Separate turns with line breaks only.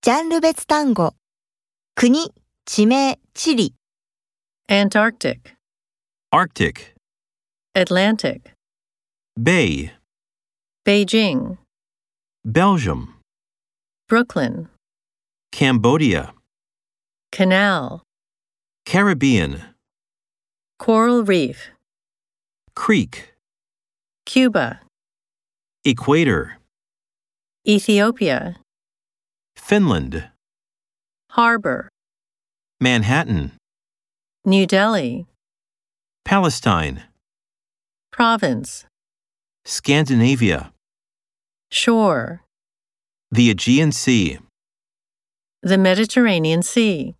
ジャンル別単語。国、地名、地理。
Antarctic,
Arctic,
Atlantic,
Bay,
Beijing,
Belgium,
Brooklyn,
Cambodia,
Canal,
Caribbean,
Coral Reef,
Creek,
Cuba,
Equator,
Ethiopia,
Finland,
Harbor,
Manhattan,
New Delhi,
Palestine,
Province,
Scandinavia,
Shore,
the Aegean Sea.
the Mediterranean Sea.